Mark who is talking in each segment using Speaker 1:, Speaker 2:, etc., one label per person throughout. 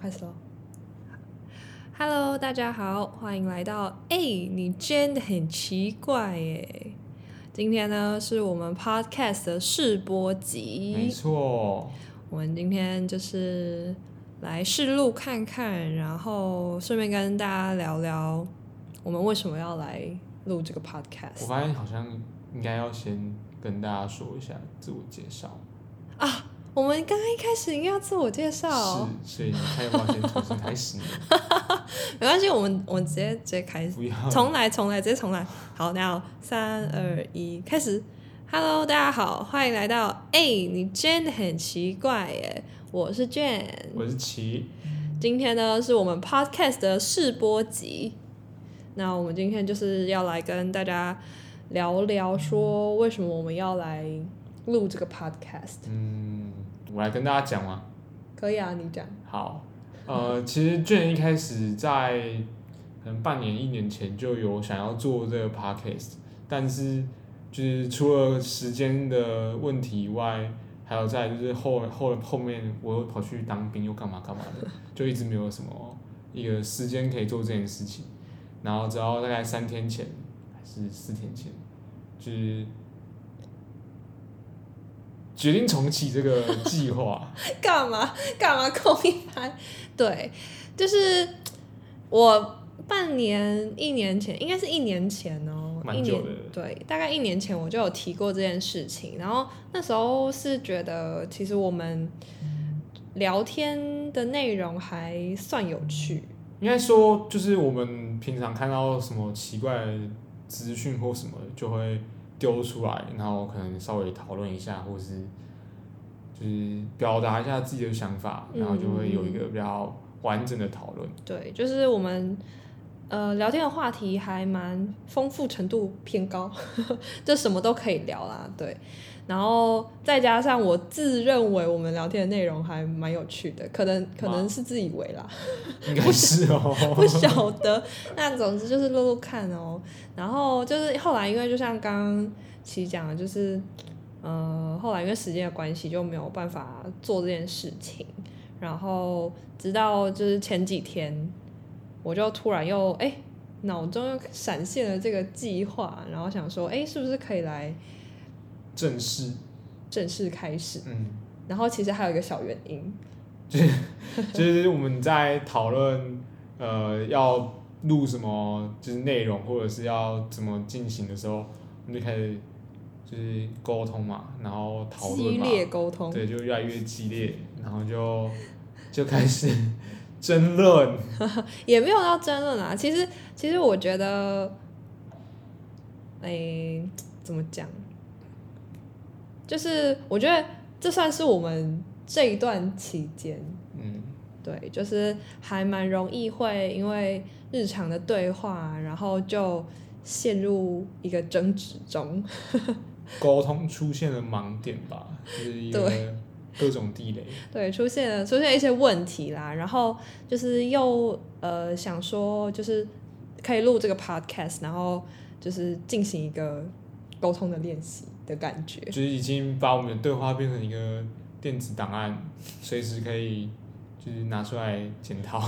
Speaker 1: 开始喽。Hello，大家好，欢迎来到哎、你真的很奇怪耶。今天呢是我们 Podcast 的试播
Speaker 2: 没
Speaker 1: 集，
Speaker 2: 错，
Speaker 1: 我们今天就是来试录看看，然后顺便跟大家聊聊我们为什么要来录这个
Speaker 2: 我
Speaker 1: Podcast
Speaker 2: 发现好像应该要先跟大家说一下自我介绍，
Speaker 1: 啊。我们刚刚一开始应该要自我介绍，
Speaker 2: 是，所以你看要不要先重新开始呢？
Speaker 1: 没关系，我们我们直接直接开始。
Speaker 2: 不要，
Speaker 1: 重来，重来，直接重来。好，那三二一，开始。Hello，大家好，欢迎来到。哎、你真的很奇怪耶，我是 Jane。
Speaker 2: 我是齐，
Speaker 1: 今天呢是我们 Podcast 的试播集。那我们今天就是要来跟大家聊聊，说为什么我们要来录这个 Podcast。
Speaker 2: 嗯，我来跟大家讲嘛。
Speaker 1: 可以啊，你讲。
Speaker 2: 好，呃，其实卷一开始在可能半年、一年前就有想要做这个 podcast，但是就是除了时间的问题以外，还有在就是后后后面我又跑去当兵又干嘛干嘛的，就一直没有什么一个时间可以做这件事情。然后直到大概三天前还是四天前，就是决定重启这个计划。
Speaker 1: 干嘛干嘛空一拍？对，就是我半年一年前，应该是一年前哦、
Speaker 2: 蛮
Speaker 1: 一
Speaker 2: 久
Speaker 1: 年
Speaker 2: 的
Speaker 1: 对，大概一年前我就有提过这件事情，然后那时候是觉得其实我们聊天的内容还算有趣，
Speaker 2: 应该说，就是我们平常看到什么奇怪的资讯或什么，就会丢出来，然后可能稍微讨论一下，或是就是表达一下自己的想法，
Speaker 1: 嗯
Speaker 2: 然后就会有一个比较完整的讨论。
Speaker 1: 对，就是我们呃聊天的话题还蛮丰富程度偏高， 就什么都可以聊啦，对。然后再加上我自认为我们聊天的内容还蛮有趣的，可能可能
Speaker 2: 哇
Speaker 1: 是自以为啦，
Speaker 2: 应该是哦、
Speaker 1: 不晓得。那总之就是录录看哦。然后就是后来，因为就像刚刚琪讲的，就是呃，后来因为时间的关系就没有办法做这件事情。然后直到就是前几天，我就突然又哎脑中又闪现了这个计划，然后想说哎是不是可以来
Speaker 2: 正式，
Speaker 1: 正式开始？
Speaker 2: 嗯，
Speaker 1: 然后其实还有一个小原因，
Speaker 2: 就是我们在讨论呃要录什么，就是内容或者是要怎么进行的时候，我们就开始就是沟通嘛，然后讨论
Speaker 1: 激
Speaker 2: 嘛。
Speaker 1: 烈沟通，
Speaker 2: 对，就越来越激烈，然后就就开始争论。
Speaker 1: 也没有到争论啦。其实，其实我觉得，诶、怎么讲？就是我觉得这算是我们这一段期间，
Speaker 2: 嗯，
Speaker 1: 对，就是还蛮容易会因为日常的对话，然后就陷入一个争执中。
Speaker 2: 沟通出现了盲点吧，就是一个各种地雷。
Speaker 1: 对，出现了出现一些问题啦，然后就是又呃想说，就是可以录这个 podcast，然后就是进行一个沟通的练习的感觉。
Speaker 2: 就是已经把我们的对话变成一个电子档案，随时可以就是拿出来检讨。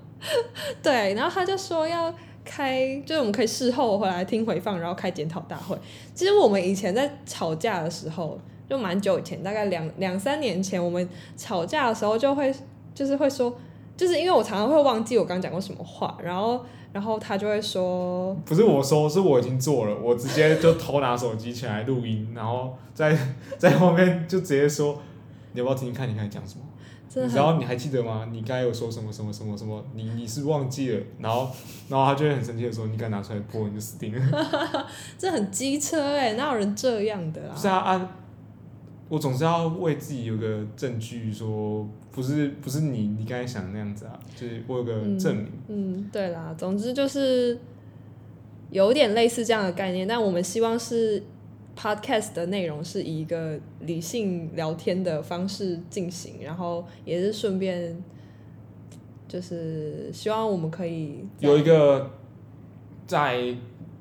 Speaker 1: 对，然后他就说要开，就是我们可以事后回来听回放，然后开检讨大会。其实我们以前在吵架的时候，就蛮久以前，大概两两三年前，我们吵架的时候就会就是会说，就是因为我常常会忘记我刚讲过什么话，然后然后他就会说。
Speaker 2: 不是我说，是我已经做了，我直接就偷拿手机起来录音，然后在 在后面就直接说，你要不要听听看你刚才讲什么？
Speaker 1: 真的
Speaker 2: 你
Speaker 1: 很
Speaker 2: 知道你还记得吗？你刚才有说什么什么什么什么？你你是不是忘记了？然后然后他就会很生气的说：“你敢拿出来播，你就死定
Speaker 1: 啊
Speaker 2: 了。
Speaker 1: 这很机车哎、哪有人这样的”
Speaker 2: 不是
Speaker 1: 啦？
Speaker 2: 啊啊！我总是要为自己有个证据说不是不是你你刚才想的那样子啊，就是我有个证明。
Speaker 1: 嗯，对啦，总之就是有点类似这样的概念，但我们希望是 podcast 的内容是以一个理性聊天的方式进行，然后也是顺便就是希望我们可以在
Speaker 2: 有一个在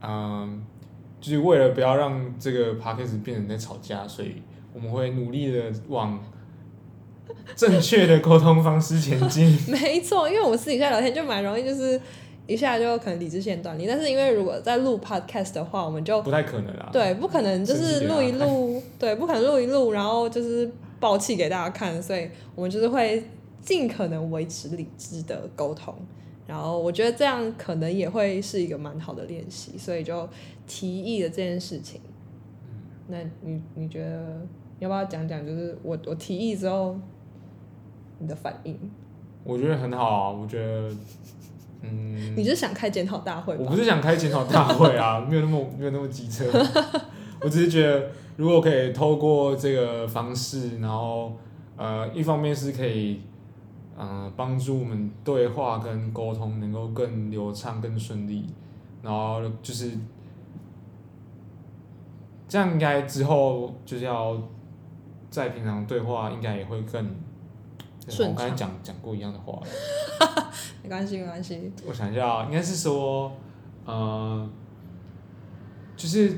Speaker 2: 嗯、就是为了不要让这个 podcast 变成在吵架，所以我们会努力的往正确的沟通方式前 进。
Speaker 1: 没错，因为我们私底下聊天就蛮容易，就是一下就可能理智线断裂。但是因为如果在录 podcast 的话，我们就
Speaker 2: 不太可能啊啦。
Speaker 1: 对，不可能就
Speaker 2: 甚至
Speaker 1: 是
Speaker 2: 给大
Speaker 1: 录
Speaker 2: 家
Speaker 1: 一录，对，不可能录一录，然后就是爆气给大家看，所以我们就是会尽可能维持理智的沟通。然后我觉得这样可能也会是一个蛮好的练习，所以就提议了这件事情。
Speaker 2: 嗯
Speaker 1: 那你你觉得你要不要讲讲？就是我我提议之后你的反应，
Speaker 2: 嗯我觉得很好啊，我觉得，嗯，
Speaker 1: 你就是想开检讨大会
Speaker 2: 我
Speaker 1: 吧
Speaker 2: 不？是想开检讨大会啊， 没有那么没有那么机车，我只是觉得如果可以透过这个方式，然后呃，一方面是可以呃帮助我们对话跟沟通能够更流畅、更顺利，然后就是这样，应该之后就是要在平常对话应该也会更。对
Speaker 1: 顺
Speaker 2: 我刚才
Speaker 1: 畅
Speaker 2: 讲讲过一样的话了。
Speaker 1: 没关系，没关系。
Speaker 2: 我想一下啊，应该是说，呃，就是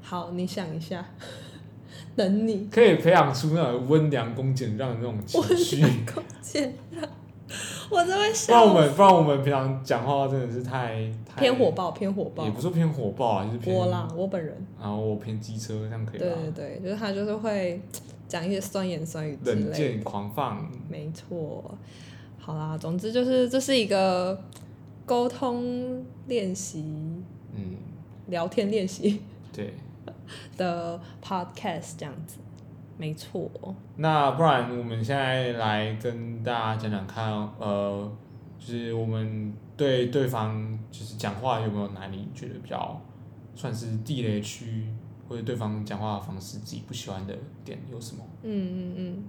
Speaker 1: 好，你想一下， 等你。
Speaker 2: 可以培养出那种温良恭俭让的那种情绪。
Speaker 1: 空间，啊 我真会
Speaker 2: 不然
Speaker 1: 笑。
Speaker 2: 我们不然我们平常讲话真的是太太
Speaker 1: 偏火，爆，偏火爆
Speaker 2: 也。不是偏火爆啊，就是偏
Speaker 1: 我啦，我本人，
Speaker 2: 然后我偏机车，这样可
Speaker 1: 对
Speaker 2: 以吧？
Speaker 1: 对对，就是他就是会讲一些酸言酸语之
Speaker 2: 冷
Speaker 1: 类的。
Speaker 2: 箭狂放，
Speaker 1: 没错，好啦，总之就是这是一个沟通练习、
Speaker 2: 嗯，
Speaker 1: 聊天练习
Speaker 2: 对。
Speaker 1: 的 podcast 这样子，没错。
Speaker 2: 那不然我们现在来跟大家讲讲看，呃，就是我们对对方就是讲话有没有哪里觉得比较算是地雷区，或者对方讲话的方式自己不喜欢的点有什么？
Speaker 1: 嗯嗯嗯，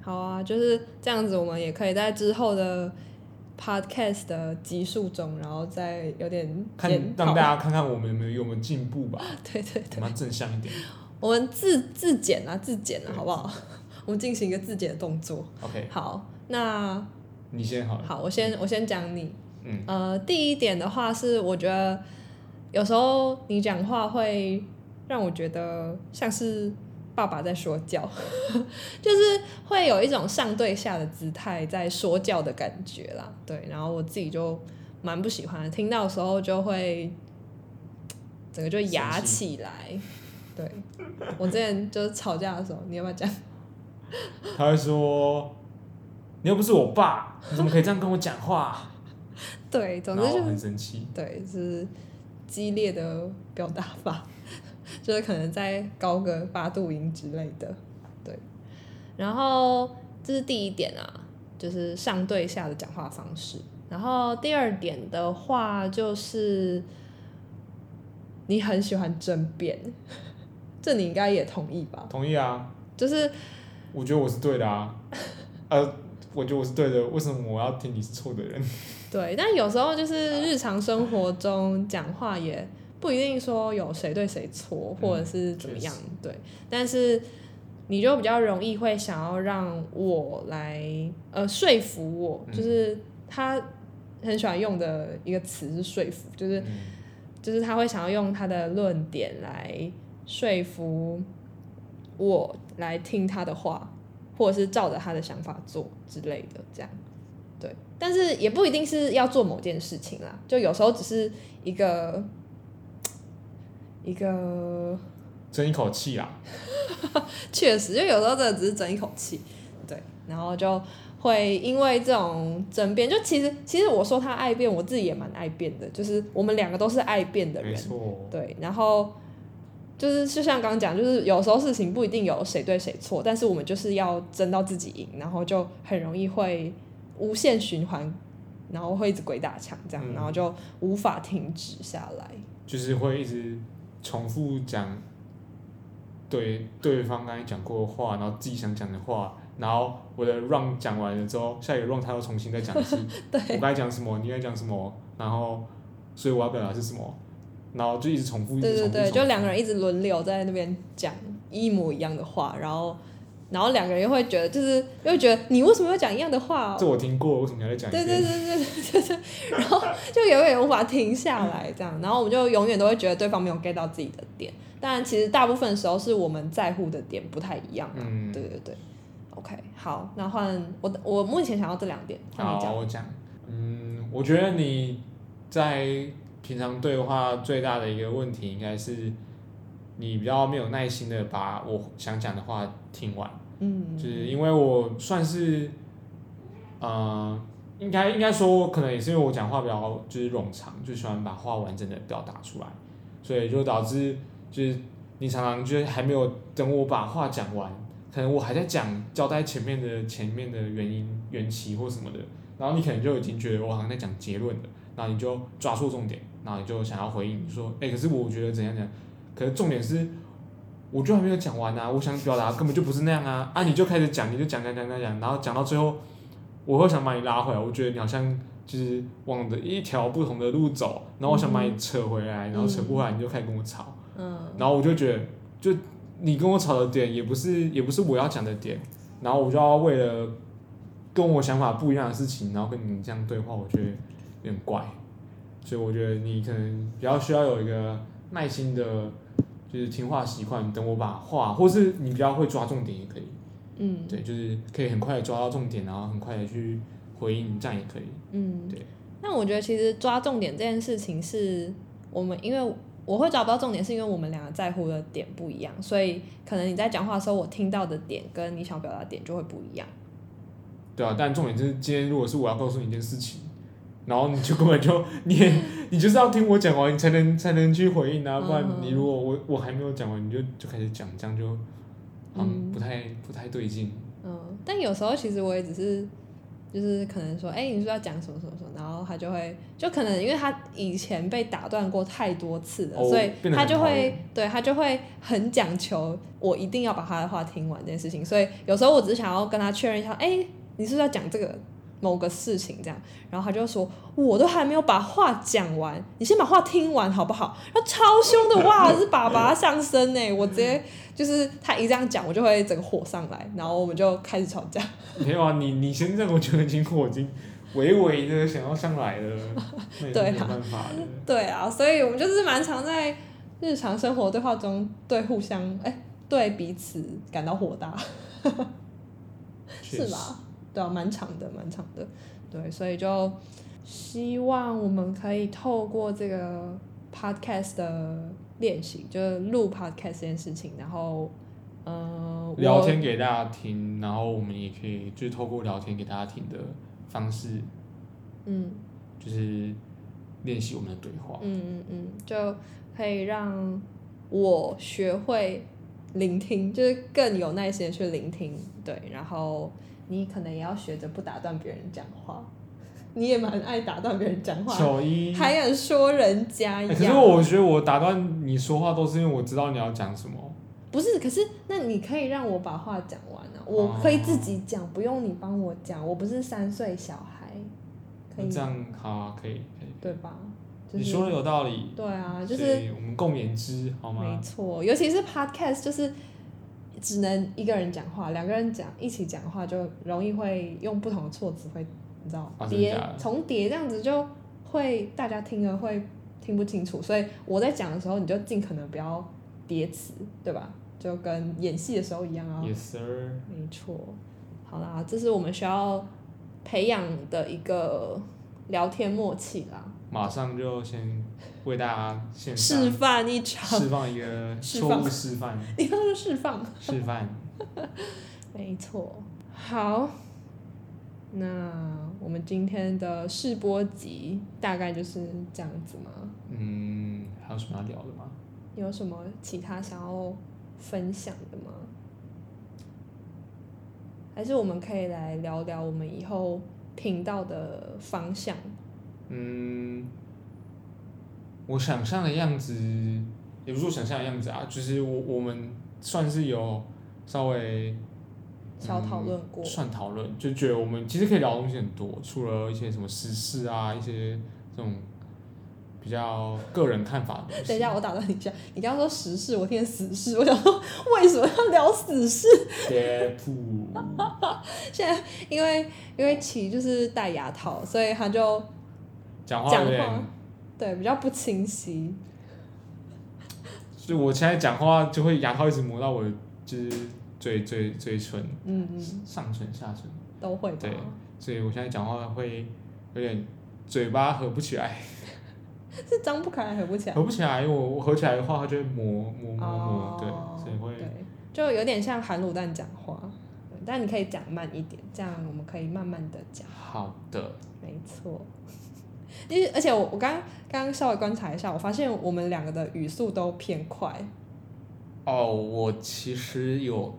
Speaker 1: 好啊，就是这样子，我们也可以在之后的 podcast 的集数中，然后再有点
Speaker 2: 看
Speaker 1: 检讨
Speaker 2: 让大家看看我们有没有有没有进步吧，
Speaker 1: 对对
Speaker 2: 我
Speaker 1: 对，
Speaker 2: 们要正向一点。
Speaker 1: 我们自自检啊，自检啊，
Speaker 2: 对
Speaker 1: 好不好？ 我们进行一个自检的动作。
Speaker 2: OK，
Speaker 1: 好，那
Speaker 2: 你先好了。
Speaker 1: 好，我先我先讲你。
Speaker 2: 嗯，
Speaker 1: 呃，第一点的话是，我觉得有时候你讲话会让我觉得像是爸爸在说教， 就是会有一种上对下的姿态在说教的感觉啦。对，然后我自己就蛮不喜欢的，听到的时候就会整个就牙
Speaker 2: 生气
Speaker 1: 起来。对，我之前就是吵架的时候，你要不要讲？
Speaker 2: 他会说，你又不是我爸，你怎么可以这样跟我讲话？
Speaker 1: 对，总
Speaker 2: 然
Speaker 1: 之
Speaker 2: 后
Speaker 1: 就
Speaker 2: 我很生气。
Speaker 1: 对，是激烈的表达法， 就是可能再高个八度音之类的，对。然后这是第一点啊，就是上对下的讲话方式。然后第二点的话，就是你很喜欢争辩， 这你应该也同意吧？
Speaker 2: 同意啊，
Speaker 1: 就是
Speaker 2: 我觉得我是对 的啊，呃，我觉得我是对的，为什么我要听你是错的人？
Speaker 1: 对，但有时候就是日常生活中讲话也不一定说有谁对谁错，或者是怎么样，对。但是你就比较容易会想要让我来呃说服我，
Speaker 2: 嗯
Speaker 1: 就是他很喜欢用的一个词是说服，就是
Speaker 2: 嗯
Speaker 1: 就是他会想要用他的论点来说服我来听他的话，或者是照着他的想法做之类的，这样。对，但是也不一定是要做某件事情啦，就有时候只是一个嗯一个
Speaker 2: 争一口气啊，
Speaker 1: 确实，就有时候真的只是争一口气，对，然后就会因为这种争辩，就其实其实我说他爱辩，我自己也蛮爱辩的，就是我们两个都是爱辩的
Speaker 2: 没
Speaker 1: 人，
Speaker 2: 错，
Speaker 1: 对，然后就是就像刚刚讲，就是有时候事情不一定有谁对谁错，但是我们就是要争到自己赢，然后就很容易会无限循环，然后会一直鬼打墙这样，
Speaker 2: 嗯
Speaker 1: 然后就无法停止下来。
Speaker 2: 就是会一直重复讲对对方刚才讲过的话，然后自己想讲的话，然后我的 round 讲完了之后，下一个 round 他又重新再讲一次，
Speaker 1: 对
Speaker 2: 我该讲什么，你该讲什么，然后所以我要表达是什么，然后就一直重复，一
Speaker 1: 对
Speaker 2: 直
Speaker 1: 对
Speaker 2: 重复，
Speaker 1: 对，
Speaker 2: 重复
Speaker 1: 就两个人一直轮流在那边讲一模一样的话，然后然后两个人又会觉得，就是又会觉得你为什么要讲一样的话、
Speaker 2: 这
Speaker 1: 哦？
Speaker 2: 我听过，为什么你还在讲一
Speaker 1: 对
Speaker 2: 遍？
Speaker 1: 对对对对对对，然后就永远无法停下来，这样，然后我们就永远都会觉得对方没有 get 到自己的点。当然，其实大部分时候是我们在乎的点不太一样嘛。
Speaker 2: 嗯
Speaker 1: 对对对，OK，好，那换我，我目前想要这两点，换你
Speaker 2: 好，
Speaker 1: 讲。
Speaker 2: 我讲，嗯，我觉得你在平常对话最大的一个问题，应该是你比较没有耐心的把我想讲的话听完，
Speaker 1: 嗯，
Speaker 2: 就是因为我算是，呃，应该应该说，可能也是因为我讲话比较就是冗长，就喜欢把话完整的表达出来，所以就导致就是你常常就是还没有等我把话讲完，可能我还在讲交代前面的前面的原因、缘起或什么的，然后你可能就已经觉得我好像在讲结论了，然后你就抓住重点，然后你就想要回应，你说，哎、可是我觉得怎样怎样，可是重点是。我就还没有讲完啊，我想表达根本就不是那样啊，啊你就开始讲，你就讲讲讲讲讲，然后讲到最后，我会想把你拉回来，我觉得你好像就是往着一条不同的路走，然后我想把你扯回来，然后扯不回来你就开始跟我吵，
Speaker 1: 嗯
Speaker 2: 然后我就觉得，就你跟我吵的点也不是也不是我要讲的点，然后我就要为了跟我想法不一样的事情，然后跟你这样对话，我觉得有点怪，所以我觉得你可能比较需要有一个耐心的，就是听话习惯，等我把话，或是你比较会抓重点也可以，
Speaker 1: 嗯
Speaker 2: 对，就是可以很快的抓到重点，然后很快的去回应，这样也可以，
Speaker 1: 嗯
Speaker 2: 对。
Speaker 1: 那我觉得其实抓重点这件事情是我们，因为我会找不到重点，是因为我们两个在乎的点不一样，所以可能你在讲话的时候，我听到的点跟你想表达的点就会不一样。
Speaker 2: 对
Speaker 1: 嗯
Speaker 2: 啊，但重点就是今天如果是我要告诉你一件事情，然后你就根本就 你也你就是要听我讲完，你才能才能去回应啊，不然
Speaker 1: 嗯嗯
Speaker 2: 你如果我我还没有讲完，你就就开始讲，这样就嗯
Speaker 1: 嗯
Speaker 2: 不太不太对劲。
Speaker 1: 嗯，但有时候其实我也只是，就是可能说，哎、你说要讲什么什么什么，然后他就会，就可能因为他以前被打断过太多次了，
Speaker 2: 哦
Speaker 1: 所以
Speaker 2: 变得
Speaker 1: 他
Speaker 2: 很
Speaker 1: 就
Speaker 2: 讨
Speaker 1: 会
Speaker 2: 厌，
Speaker 1: 对他就会很讲求我一定要把他的话听完这件事情，所以有时候我只是想要跟他确认一下，哎、你是不是要讲这个？某个事情这样，然后他就说：“我都还没有把话讲完，你先把话听完好不好？”然后超凶的，哇，是爸爸上身呢、我直接就是他一这样讲，我就会整个火上来，然后我们就开始吵架。
Speaker 2: 没有啊，你你现在我觉得已经我已经微微的想要上来了， 那也是
Speaker 1: 对啊
Speaker 2: 没有办法的。
Speaker 1: 对啊，所以我们就是蛮常在日常生活对话中对互相哎、对彼此感到火大，
Speaker 2: 确
Speaker 1: 是
Speaker 2: 实
Speaker 1: 吧？对啊，蛮长的，蛮长的。对，所以就希望我们可以透过这个 podcast 的练习，就是录 podcast 这件事情，然后呃，我
Speaker 2: 聊天给大家听，然后我们也可以就是透过聊天给大家听的方式，
Speaker 1: 嗯。
Speaker 2: 就是练习我们的对话。
Speaker 1: 嗯嗯嗯，就可以让我学会聆听，就是更有耐心的去聆听。对，然后你可能也要学着不打断别人讲话， 你也蛮爱打断别人讲话，
Speaker 2: 小一，
Speaker 1: 还敢说人家
Speaker 2: 欸
Speaker 1: 一
Speaker 2: 可是
Speaker 1: 样。
Speaker 2: 我觉得我打断你说话都是因为我知道你要讲什么。
Speaker 1: 不是，可是那你可以让我把话讲完啊，
Speaker 2: 哦
Speaker 1: 我可以自己讲，不用你帮我讲，我不是三岁小孩，可以
Speaker 2: 这样好啊，可以，可以。
Speaker 1: 对吧？就是、
Speaker 2: 你说的有道理，
Speaker 1: 对啊，就
Speaker 2: 所
Speaker 1: 是
Speaker 2: 以我们共勉之，好
Speaker 1: 没
Speaker 2: 吗？
Speaker 1: 错，尤其是 podcast，就是只能一个人讲话，两个人讲一起讲话就容易会用不同的措辞，会你知道
Speaker 2: 啊真的
Speaker 1: 叠
Speaker 2: 假的
Speaker 1: 重叠这样子就会大家听了会听不清楚，所以我在讲的时候你就尽可能不要叠词，对吧？就跟演戏的时候一样啊。
Speaker 2: Yes sir。
Speaker 1: 没错，好啦，这是我们需要培养的一个聊天默契啦，
Speaker 2: 马上就先为大家献上
Speaker 1: 示范一场，
Speaker 2: 释放一个
Speaker 1: 示
Speaker 2: 错
Speaker 1: 范
Speaker 2: 误示范，
Speaker 1: 你刚刚说释放。
Speaker 2: 示范。
Speaker 1: 没错，好，那我们今天的试播集大概就是这样子吗？
Speaker 2: 嗯，还有什么要聊的吗？
Speaker 1: 你有什么其他想要分享的吗？还是我们可以来聊聊我们以后频道的方向？
Speaker 2: 嗯，我想象的样子，也不是我想象的样子啊，就是我我们算是有稍微
Speaker 1: 小讨论过，
Speaker 2: 算讨论，就觉得我们其实可以聊的东西很多，除了一些什么时事啊，一些这种比较个人看法的东西。
Speaker 1: 等一下，我打断你一下，你刚刚说时事，我听死事，我想说为什么要聊死事？
Speaker 2: Deadpool
Speaker 1: 现在因为因为奇就是戴牙套，所以他就
Speaker 2: 讲话
Speaker 1: 讲
Speaker 2: 有点
Speaker 1: 话，对比较不清晰。
Speaker 2: 就我现在讲话就会牙套一直磨到我的就是嘴嘴嘴唇
Speaker 1: 嗯嗯，
Speaker 2: 上唇下唇，
Speaker 1: 都会吧
Speaker 2: 对。所以我现在讲话会有点嘴巴合不起来，
Speaker 1: 是张不开还合不起来
Speaker 2: 合。不起来，因为我我合起来的话，它就会磨磨磨磨，
Speaker 1: 哦
Speaker 2: 对，所以会
Speaker 1: 对，就有点像含卤蛋讲话，对但你可以讲慢一点，这样我们可以慢慢的讲。
Speaker 2: 好的，
Speaker 1: 没错。因为而且我我刚刚刚稍微观察一下，我发现我们两个的语速都偏快，
Speaker 2: 哦，我其实有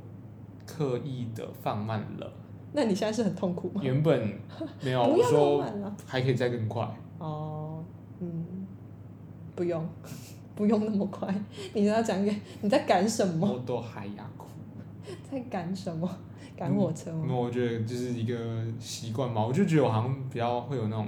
Speaker 2: 刻意的放慢 了，
Speaker 1: 那你现在是很痛苦吗？
Speaker 2: 原本没有，
Speaker 1: 不要
Speaker 2: 我
Speaker 1: 那么
Speaker 2: 说
Speaker 1: 慢了、
Speaker 2: 还可以再更快，
Speaker 1: 哦，嗯，不用， 不用那么快。你要讲给你在赶什么？
Speaker 2: 我都还牙苦。
Speaker 1: 在赶什么？
Speaker 2: 嗯
Speaker 1: 赶火车吗？
Speaker 2: 那我觉得就是一个习惯吧，我就觉得我好像比较会有那种，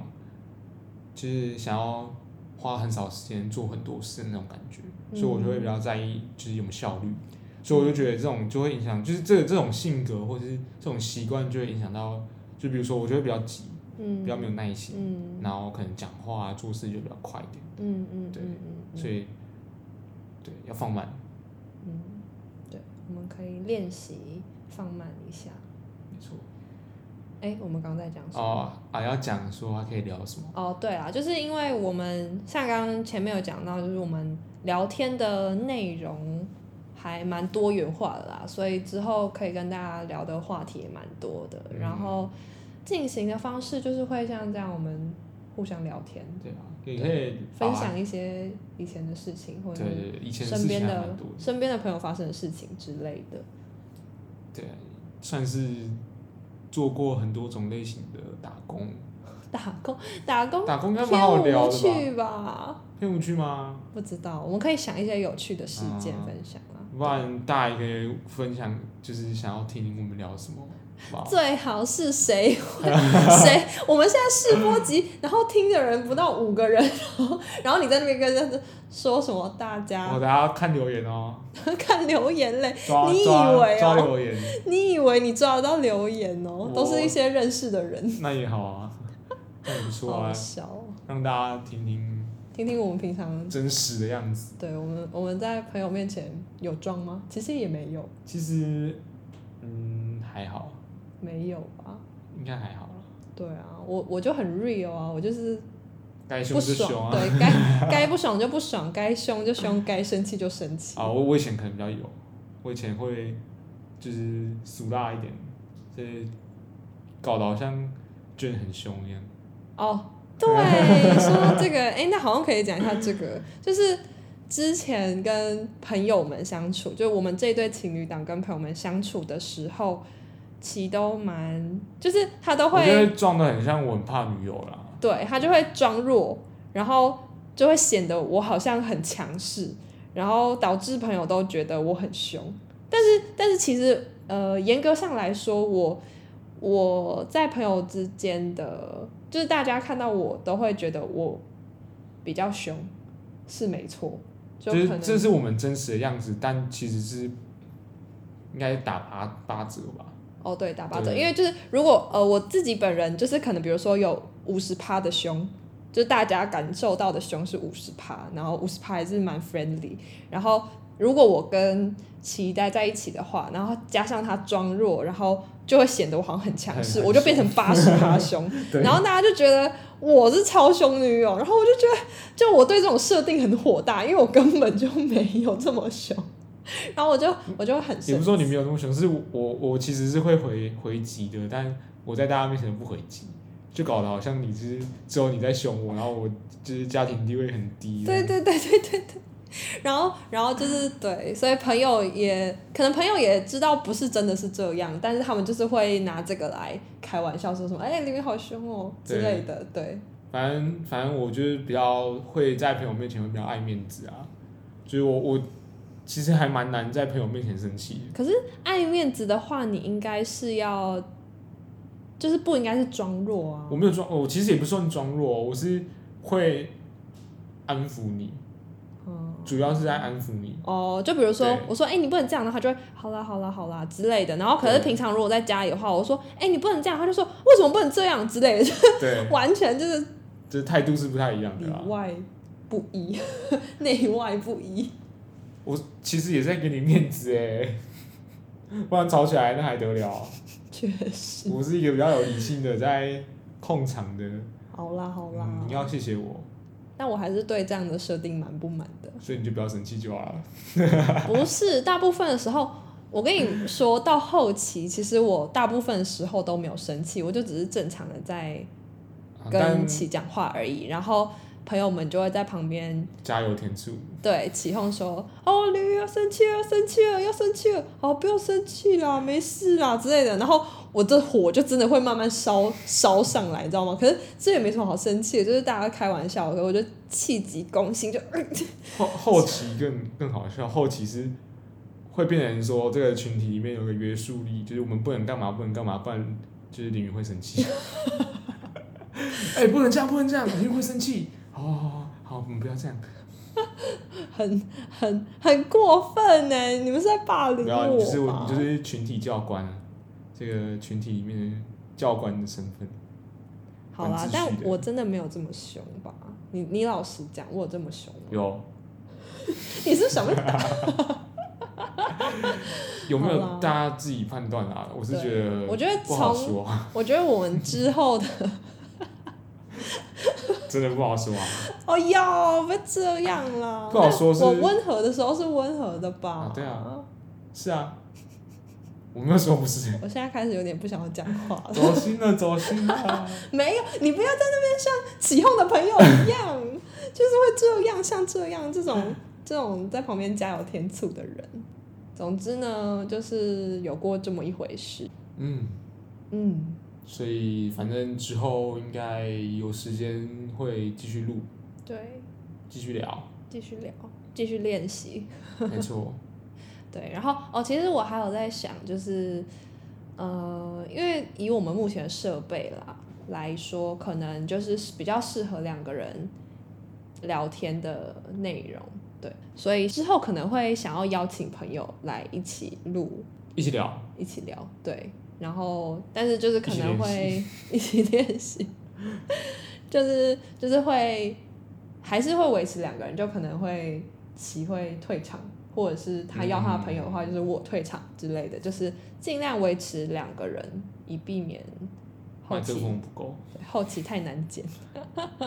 Speaker 2: 就是想要花很少时间做很多事的那种感觉，
Speaker 1: 嗯
Speaker 2: 所以我就会比较在意就是有没有效率，所以我就觉得这种就会影响，就是这这种性格或者是这种习惯就会影响到，就比如说我就会比较急，
Speaker 1: 嗯，
Speaker 2: 比较没有耐心，
Speaker 1: 嗯
Speaker 2: 然后可能讲话啊做事就比较快一点，
Speaker 1: 嗯嗯
Speaker 2: 对
Speaker 1: 嗯嗯，
Speaker 2: 所以对要放慢，
Speaker 1: 嗯，对，我们可以练习放慢一下。
Speaker 2: 没错。
Speaker 1: 哎，我们刚刚在讲什么？
Speaker 2: 哦啊，要讲说还可以聊什么？
Speaker 1: 哦，对啦，就是因为我们像刚刚前面有讲到，就是我们聊天的内容还蛮多元化的啦，所以之后可以跟大家聊的话题也蛮多的。
Speaker 2: 嗯
Speaker 1: 然后进行的方式就是会像这样，我们互相聊天，
Speaker 2: 对啊，你可以把
Speaker 1: 分享一些以前的事情，或者
Speaker 2: 对对，以前的
Speaker 1: 身
Speaker 2: 事
Speaker 1: 边
Speaker 2: 情还
Speaker 1: 的
Speaker 2: 蛮多的，
Speaker 1: 身边的朋友发生的事情之类的。
Speaker 2: 对，算是做过很多种类型的打工。
Speaker 1: 打工，打 工，
Speaker 2: 打工应该蛮
Speaker 1: 偏
Speaker 2: 好聊
Speaker 1: 无
Speaker 2: 的吧？
Speaker 1: 趣吧？
Speaker 2: 偏无趣吗？
Speaker 1: 不知道，我们可以想一些有趣的事件
Speaker 2: 啊
Speaker 1: 分享啊。
Speaker 2: 不然大家也可以分享，就是想要听我们聊什么吧？
Speaker 1: 最好是谁 会谁？我们现在试播集，然后听的人不到五个人，然后然后你在那边跟人家说什么大
Speaker 2: 我
Speaker 1: 家
Speaker 2: 哦大家看留言哦，
Speaker 1: 看留言嘞？
Speaker 2: 抓
Speaker 1: 你以
Speaker 2: 抓
Speaker 1: 为哦
Speaker 2: 抓留言，
Speaker 1: 你以为你抓得到留言哦？都是一些认识的人，
Speaker 2: 那也好啊， 那也不错
Speaker 1: 好
Speaker 2: 啊，
Speaker 1: 笑哦。
Speaker 2: 让大家听听
Speaker 1: 听听我们平常
Speaker 2: 真实的样子。
Speaker 1: 对我们我们在朋友面前有装吗？其实也没有，
Speaker 2: 其实，嗯，还好，
Speaker 1: 没有吧？
Speaker 2: 应该还好啦。
Speaker 1: 对啊，我我就很 real 啊，我就是
Speaker 2: 该凶
Speaker 1: 不
Speaker 2: 就凶
Speaker 1: 爽，
Speaker 2: 啊！
Speaker 1: 对该该不爽就不爽，该凶就凶，该生气就生气。
Speaker 2: 啊，我我以前可能比较有，我以前会就是俗辣一点，就是搞得好像卷很凶一样。
Speaker 1: 哦，对，说到这个，哎，那好像可以讲一下这个，就是之前跟朋友们相处，就我们这一对情侣档跟朋友们相处的时候，其都蛮，就是他都
Speaker 2: 我觉
Speaker 1: 会，
Speaker 2: 得撞的很像我很怕女友啦。
Speaker 1: 对他就会装弱，然后就会显得我好像很强势，然后导致朋友都觉得我很凶，但是但是其实呃，严格上来说，我我在朋友之间的，就是大家看到我都会觉得我比较凶，是没错，就
Speaker 2: 就
Speaker 1: 可
Speaker 2: 是
Speaker 1: 能
Speaker 2: 这是我们真实的样子，但其实是应该打八八折吧。
Speaker 1: 哦对打八折，
Speaker 2: 对
Speaker 1: 因为就是如果呃我自己本人就是可能比如说有五十趴的凶。就是大家感受到的凶是五十趴，然后五十趴还是蛮 friendly。然后如果我跟期待在一起的话，然后加上他装弱，然后就会显得我好像很强势，
Speaker 2: 很
Speaker 1: 我就变成八十趴凶。
Speaker 2: 对
Speaker 1: 然后大家就觉得我是超凶女友，然后我就觉得，就我对这种设定很火大，因为我根本就没有这么凶， 然后我就我就很
Speaker 2: 也
Speaker 1: 生
Speaker 2: 不是
Speaker 1: 气，
Speaker 2: 说你没有那么凶，是我我其实是会回回击的，但我在大家面前不回击，就搞得好像你就是只有你在凶我，然后我就是家庭地位很低。
Speaker 1: 对对对对对 对。然后，然后就是对，所以朋友也可能朋友也知道不是真的是这样，但是他们就是会拿这个来开玩笑，说什么“哎，里面好凶哦”之类的，对，
Speaker 2: 反正反正我就是比较会在朋友面前会比较爱面子啊，就是我我其实还蛮难在朋友面前生气的。
Speaker 1: 可是爱面子的话，你应该是要，就是不应该是装弱啊
Speaker 2: 我。没有装，我其实也不算装弱哦、我是会安抚你，
Speaker 1: 嗯，
Speaker 2: 主要是在安抚你。
Speaker 1: 哦，就比如说
Speaker 2: 对
Speaker 1: 我说，哎、你不能这样，然后他就会好啦好啦好啦之类的。然后可是
Speaker 2: 对
Speaker 1: 平常如果在家里的话，我说，哎、你不能这样，他就说为什么不能这样之类的，就
Speaker 2: 对，
Speaker 1: 完全就是
Speaker 2: 就是态度是不太一样
Speaker 1: 里
Speaker 2: 的啦。
Speaker 1: 外不一， 内外不一。
Speaker 2: 我其实也是在给你面子哎、 不然吵起来那还得了、啊？
Speaker 1: 确实，
Speaker 2: 我是一个比较有理性的，在控场的，
Speaker 1: 好啦好啦，
Speaker 2: 嗯，你要谢谢我，
Speaker 1: 但我还是对这样的设定蛮不满的。
Speaker 2: 所以你就不要生气就好了。
Speaker 1: 不是，大部分的时候，我跟你说到后期，其实我大部分时候都没有生气，我就只是正常的在
Speaker 2: 啊但
Speaker 1: 跟琪讲话而已。然后朋友们就会在旁边
Speaker 2: 加油添醋，
Speaker 1: 对起哄说：“哦，驴要生气了，要生气了，要生气了，哦，不要生气啦，没事啦之类的。”然后我这火就真的会慢慢烧烧上来，你知道吗？可是这也没什么好生气的，就是大家开玩笑，可是我就气急攻心，就、呃
Speaker 2: 后后期更更好笑，后期是会变成说这个群体里面有个约束力，就是我们不能干嘛，不能干嘛，不然就是林云会 生气。哎、不能这样，不能这样，林云会生气。好好好好好，我们不要这样。
Speaker 1: 很很很过分呢！你们是在霸凌
Speaker 2: 不
Speaker 1: 我吧？
Speaker 2: 要，啊你就是我，你就是群体教官啊，这个群体里面的教官的身份。
Speaker 1: 好啦
Speaker 2: 蛮，自
Speaker 1: 但
Speaker 2: 序的
Speaker 1: 我真的没有这么凶吧？你你老实讲，我有这么凶吗？
Speaker 2: 有
Speaker 1: 你是不是想被打？
Speaker 2: 有没
Speaker 1: 好
Speaker 2: 有
Speaker 1: 啦
Speaker 2: 大家自己判断啦？我是
Speaker 1: 对
Speaker 2: 觉得，
Speaker 1: 我觉得
Speaker 2: 不好
Speaker 1: 从
Speaker 2: 说啊，
Speaker 1: 我觉得我们之后的
Speaker 2: 真的不好说 啊。
Speaker 1: 哦哟，不要这样啦。
Speaker 2: 不好说
Speaker 1: 那
Speaker 2: 是
Speaker 1: 我温和的时候是温和的吧？
Speaker 2: 啊对啊。是啊，我没有说不 是，
Speaker 1: 我现在开始有点不想要讲话了。
Speaker 2: 走心了，走心了。
Speaker 1: 没有，你不要在那边像起哄的朋友一样， 就是会这样，像这样这 种这种在旁边加油添醋的人。总之呢，就是有过这么一回事。
Speaker 2: 嗯，
Speaker 1: 嗯，
Speaker 2: 所以反正之后应该有时间会继续录，
Speaker 1: 对，
Speaker 2: 继续聊。
Speaker 1: 继续聊，继续练习。
Speaker 2: 没 错，
Speaker 1: 对，然后哦，其实我还有在想，就是呃，因为以我们目前的设备啦来说，可能就是比较适合两个人聊天的内容。对，所以之后可能会想要邀请朋友来一起录，
Speaker 2: 一起聊。
Speaker 1: 一起聊，对。然后，但是就是可
Speaker 2: 一起
Speaker 1: 能
Speaker 2: 练
Speaker 1: 会 一起练习，就是就是会还是会维持两个人，就可能会齐会退场，或者是他要他的朋友的话，就是我退场之类的，就是尽量维持两个人，以避免后
Speaker 2: 麦克
Speaker 1: 期
Speaker 2: 风不够，
Speaker 1: 对后期太难剪。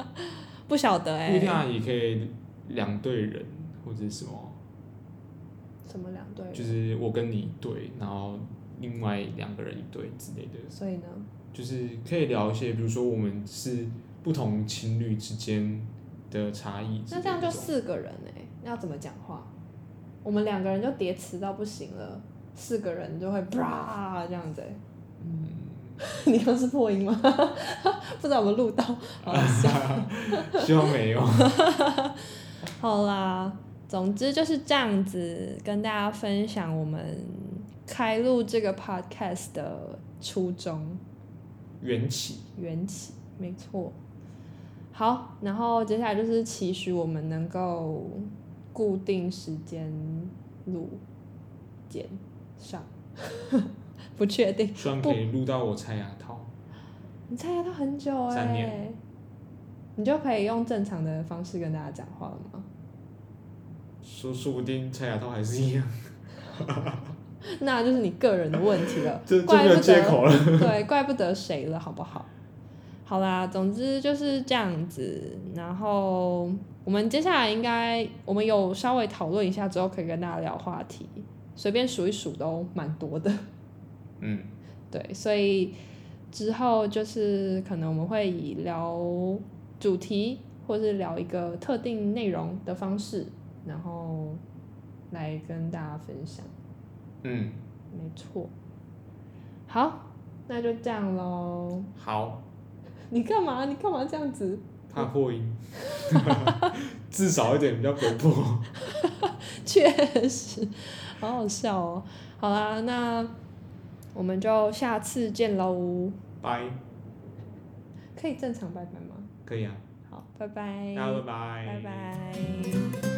Speaker 1: 不晓得哎、
Speaker 2: 不一定啊，也可以两队人或者什么。
Speaker 1: 什么两队人，
Speaker 2: 就是我跟你一对，然后另外两个人一对之类的，
Speaker 1: 所以呢，
Speaker 2: 就是可以聊一些，比如说我们是不同情侣之间的差异之
Speaker 1: 那
Speaker 2: 类的种。
Speaker 1: 这样就 四个人哎、要怎么讲话？我们两个人就叠词到不行了，四个人就会啪这样子、欸。 你刚是破音吗？ 不知道有没有录到？好啦笑
Speaker 2: 希望没有。
Speaker 1: 好啦，总之就是这样子，跟大家分享我们开录这个 podcast 的初衷
Speaker 2: 缘起，
Speaker 1: 缘起，没错。好，然后接下来就是期许我们能够固定时间录、剪、上， 不确定。
Speaker 2: 希望可以录到我拆牙套。
Speaker 1: 你猜到很久哎、
Speaker 2: 三年
Speaker 1: 你就可以用正常的方式跟大家讲话了吗？
Speaker 2: 说说不定拆牙套还是一样，
Speaker 1: 那就是你个人的问题了
Speaker 2: 这，这
Speaker 1: 怪
Speaker 2: 没
Speaker 1: 不
Speaker 2: 有借
Speaker 1: 得
Speaker 2: 口了。
Speaker 1: 对，怪不得谁了，好不好？好啦，总之就是这样子。然后我们接下来应该，我们有稍微讨论一下之后，可以跟大家聊话题，随便数一数都蛮多的。
Speaker 2: 嗯，
Speaker 1: 对，所以之后就是可能我们会以聊主题，或是聊一个特定内容的方式，然后来跟大家分享。
Speaker 2: 嗯，
Speaker 1: 没错，好，那就这样喽。
Speaker 2: 好，
Speaker 1: 你干嘛？你干嘛这样 子？
Speaker 2: 怕 破音，至少一点比较不会破。
Speaker 1: 确实，好好笑哦。好啦，那我们就
Speaker 2: 嗯
Speaker 1: 下次见喽。
Speaker 2: 拜，
Speaker 1: 可以正常拜拜吗？
Speaker 2: 可以啊，
Speaker 1: 好，拜拜，
Speaker 2: 大家拜拜，
Speaker 1: 拜拜。